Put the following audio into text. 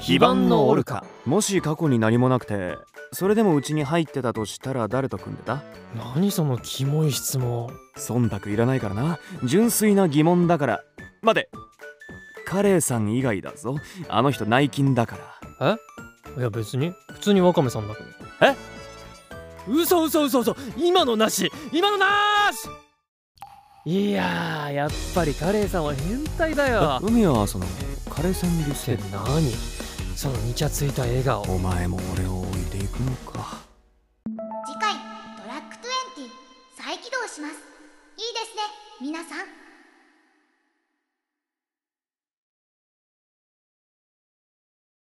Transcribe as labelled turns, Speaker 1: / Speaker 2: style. Speaker 1: 非番のオルカ
Speaker 2: もし過去に何もなくてそれでもうちに入ってたとしたら誰と組んでた
Speaker 1: 何そのキモい質問
Speaker 2: 忖度いらないからな純粋な疑問だから待てカレーさん以外だぞあの人内勤だから
Speaker 1: いや別に普通にワカメさんだけどえ嘘嘘嘘嘘今のなし今のなしいやーやっぱりカレーさんは変態だよ
Speaker 2: 海はそのカレーさんにリス
Speaker 1: って何そのニチャついた笑顔
Speaker 2: お前も俺を